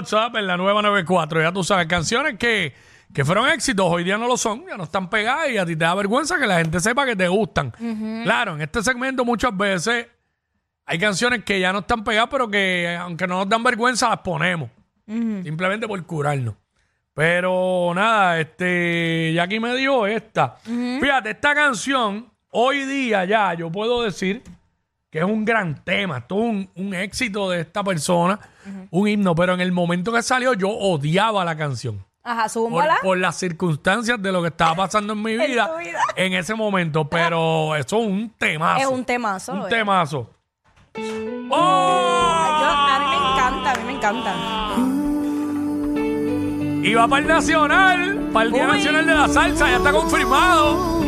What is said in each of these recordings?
WhatsApp en la nueva 94. Ya tú sabes, canciones que, que fueron éxitos, hoy día no lo son, ya no están pegadas y a ti te da vergüenza que la gente sepa que te gustan. Claro, en este segmento muchas veces hay canciones que ya no están pegadas, pero que aunque no nos dan vergüenza, las ponemos. Simplemente por curarnos. Pero nada, este, ya aquí me dio esta. Fíjate, esta canción, hoy día ya yo puedo decir que es un gran tema, esto es un, un éxito de esta persona, un himno, pero en el momento que salió yo odiaba la canción. Ajá, Por, zúmbala. por las circunstancias de lo que estaba pasando en mi vida tu en, vida. ese momento, pero eso es un temazo. Es un temazo. Un eh. temazo. Yo- ¡Oh! a mí me encanta, a mí me encanta. Y va para el Nacional, para el Día Uy. Nacional de la Salsa, ya está confirmado.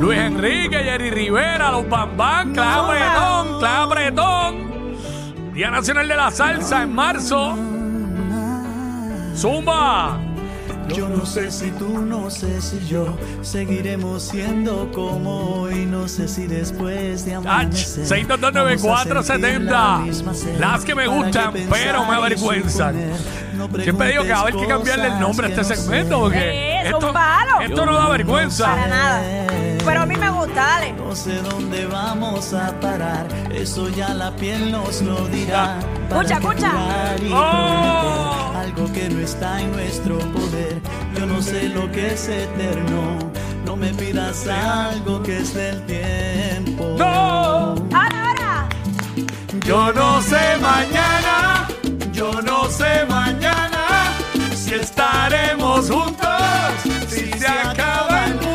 Luis Enrique, Jerry Rivera, los Bambán, Clara Bretón, Clara Bretón. Día Nacional de la Salsa en marzo. Zumba. Yo no sé si tú, no sé si yo seguiremos siendo como hoy, no sé si después de Ach, amanecer. 6229470. Las que me gustan, pero me avergüenzan. Siempre digo que va a haber que cambiarle el nombre a este segmento porque Eh, esto, zúmbalo. esto no da Para vergüenza. nada. Pero a mí me gusta, dale. No sé dónde vamos a parar, eso ya la piel nos lo dirá. ¿Para Escucha, qué escucha. jurar y ¡Oh! prometer Algo que no está en nuestro poder, yo no sé lo que es eterno, no me pidas algo que es del tiempo. No. Ahora, ahora. Yo no sé mañana, yo no sé mañana si estaremos juntos, si se acaba el mundo.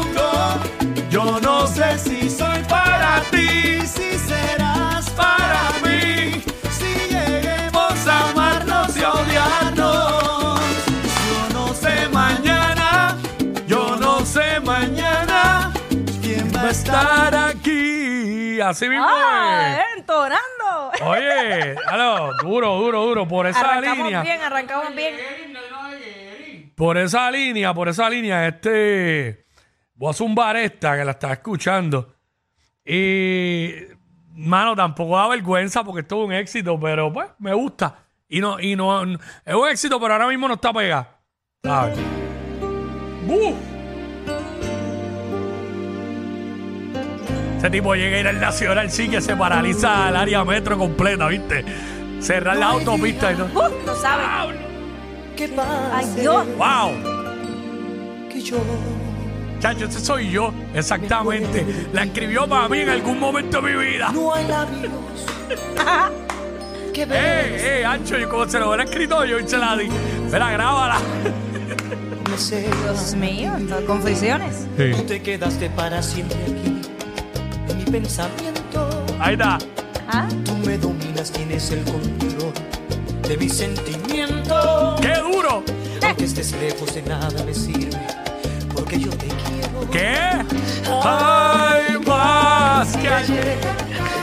Yo no sé si soy para ti, si serás para mí, si lleguemos a amarnos y a odiarnos. Yo no sé mañana, yo no sé mañana quién va a estar. Estar aquí. Así mismo. es. Ah, entonando. Oye, aló, duro, duro, duro. Por esa Arrancamos línea, bien, arrancamos bien. por esa línea, por esa línea, este. Voy a zumbar esta que la estaba escuchando. Y. Mano, tampoco da vergüenza porque esto es un éxito, pero pues me gusta. Y no, y no. no- es un éxito, pero ahora mismo no está pegada. ¿Sabes? ¡Buf! Ese Este tipo llega a ir al Nacional, sí que se paraliza el área metro completa, ¿viste? Cerrar la autopista y todo. Uh, no sabes. Ay, Dios. ¡Wow! que yo Chacho, ese soy yo, exactamente. La escribió para mí en algún momento de mi vida. no hay labios que ¡Eh, eh, Ancho! Y como se lo hubiera escrito yo, y se la di. Espera, grábala. Dios mío, estas confesiones. Tú te quedaste para siempre aquí en mi pensamiento. Ahí está. Ah, Tú me dominas, tienes el control de mi sentimiento. ¡Qué duro! Aunque estés lejos de nada me sirve, porque yo te quiero. ¿Qué? ¡Ay, más que ayer!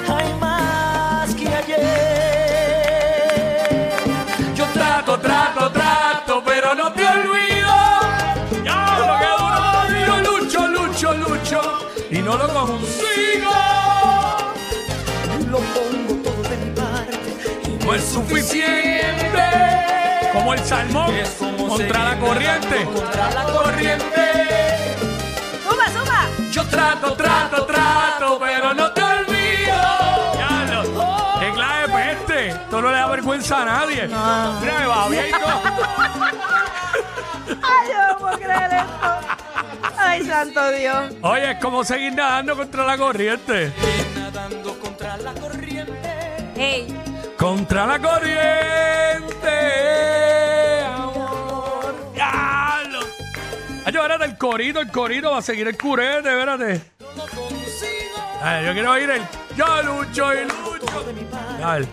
Hay más que ayer. Yo trato, trato, trato, pero no te olvido. Ya lo que duro, yo lucho, lucho, lucho y no lo consigo. Lo pongo todo de mi parte. No es suficiente. Como el salmón Es como contra la seguir corriente. nadando contra la corriente. suba, suba. Yo trato, trato, trato, pero no te olvido. Ya lo. ¡Qué clave peste! Esto no le da vergüenza a nadie. Mira, me va bien y todo. Ay, yo no puedo creer esto. Ay, santo Dios. Oye, es como seguir nadando contra la corriente. Nadando contra la corriente. Ey, Contra la corriente, amor. ¡Diablo! Ay, yo, espérate, el corito, el corito va a seguir el curete, espérate. Ay, yo quiero oír el yo lucho y lucho. Dale.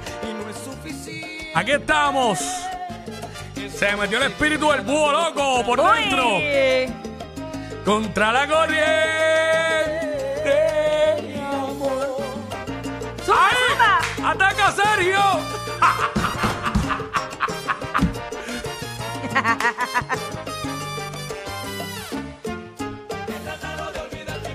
Aquí estamos. Se metió el espíritu del búho loco por dentro. uy. Contra la corriente, amor. Suba, suba. ¡Ahí! ¡Ataca Sergio!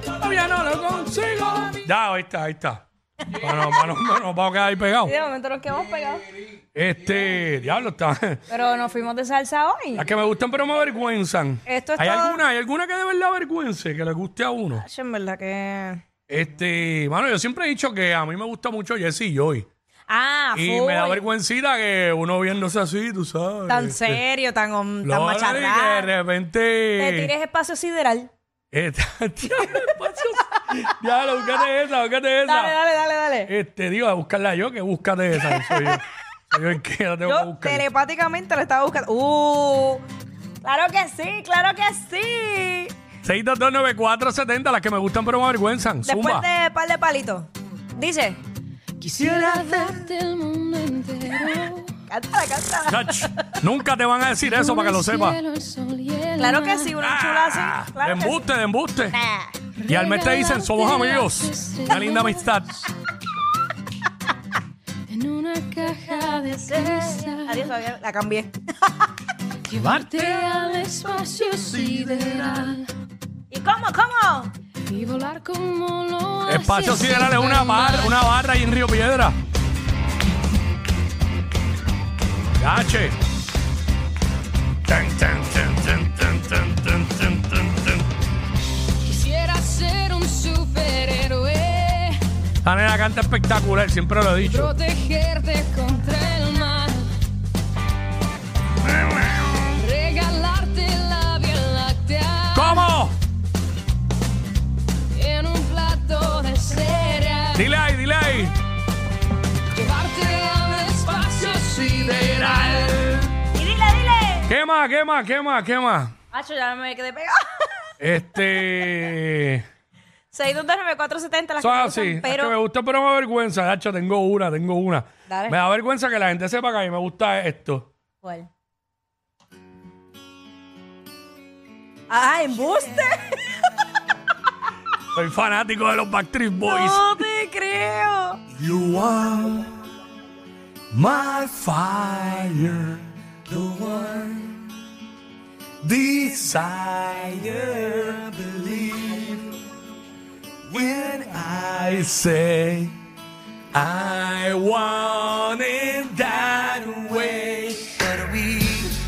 Todavía no lo consigo. Ya, ahí está, ahí está. Bueno, para no, no, no, vamos a quedar ahí pegados. Y de momento nos quedamos pegados. Eh, Este, diablo, está. Pero nos fuimos de salsa hoy. Las que me gustan pero me avergüenzan. Esto es ¿Hay todo- alguna, hay alguna que de verdad avergüence, que le guste a uno? Ay, En verdad que. Este, mano, yo siempre he dicho que a mí me gusta mucho Jesse Joy. Ah, Y full. me da vergüencita que uno viéndose así, tú sabes. Tan este, serio, tan, hom- tan lo- macharrado. y que De repente. Eh, Te tires espacio sideral. Esta- diablo, espacios- diablo, búscate esa, búscate esa. Dale, dale, dale, dale. Este, digo, a buscarla yo, que búscate esa, no soy yo. Soy yo el que la tengo que Yo buscar. telepáticamente la estaba buscando. ¡Uh! ¡Claro que sí! ¡Claro que sí! 6229470, las que me gustan pero me avergüenzan. Después Zumba. de par de palitos. Dice. Quisiera darte el mundo entero. Cántala, cántala. Chach, nunca te van a decir eso para que lo sepas. Claro que sí, una chula Ah, así. de Claro que sí. embuste, de embuste. Ah. Y al mes te dicen, somos Regalarte amigos. las Una linda amistad. En una caja de cristal. Adiós, Javier. La cambié. Llevarte al espacio sideral. ¿Y cómo, cómo? Y volar como lo haces Espacio Sideral es una, sin bar, parar. una barra ahí en Río Piedra. H. Quisiera ser un superhéroe. La nena canta espectacular, siempre lo he dicho. Protegerte contra el mal. Regalarte la vía láctea. ¿Cómo? En un plato de cereal. Dile ahí, dile ahí. Llevarte al espacio sideral. Y dile, dile. ¿Qué más, qué más, qué más, qué más? Hacho, ya me quedé pegada. Este. 6229470 las Son que me así. gustan, Es que me pero gusta, pero me da vergüenza. Hacho, tengo una, tengo una. Dale. Me da vergüenza que la gente sepa que a mí me gusta esto. ¿Cuál? Ah, embuste. Soy fanático de los Backstreet Boys. No te creo. You are my fire, the one desire. Believe when I say I want it that way. But we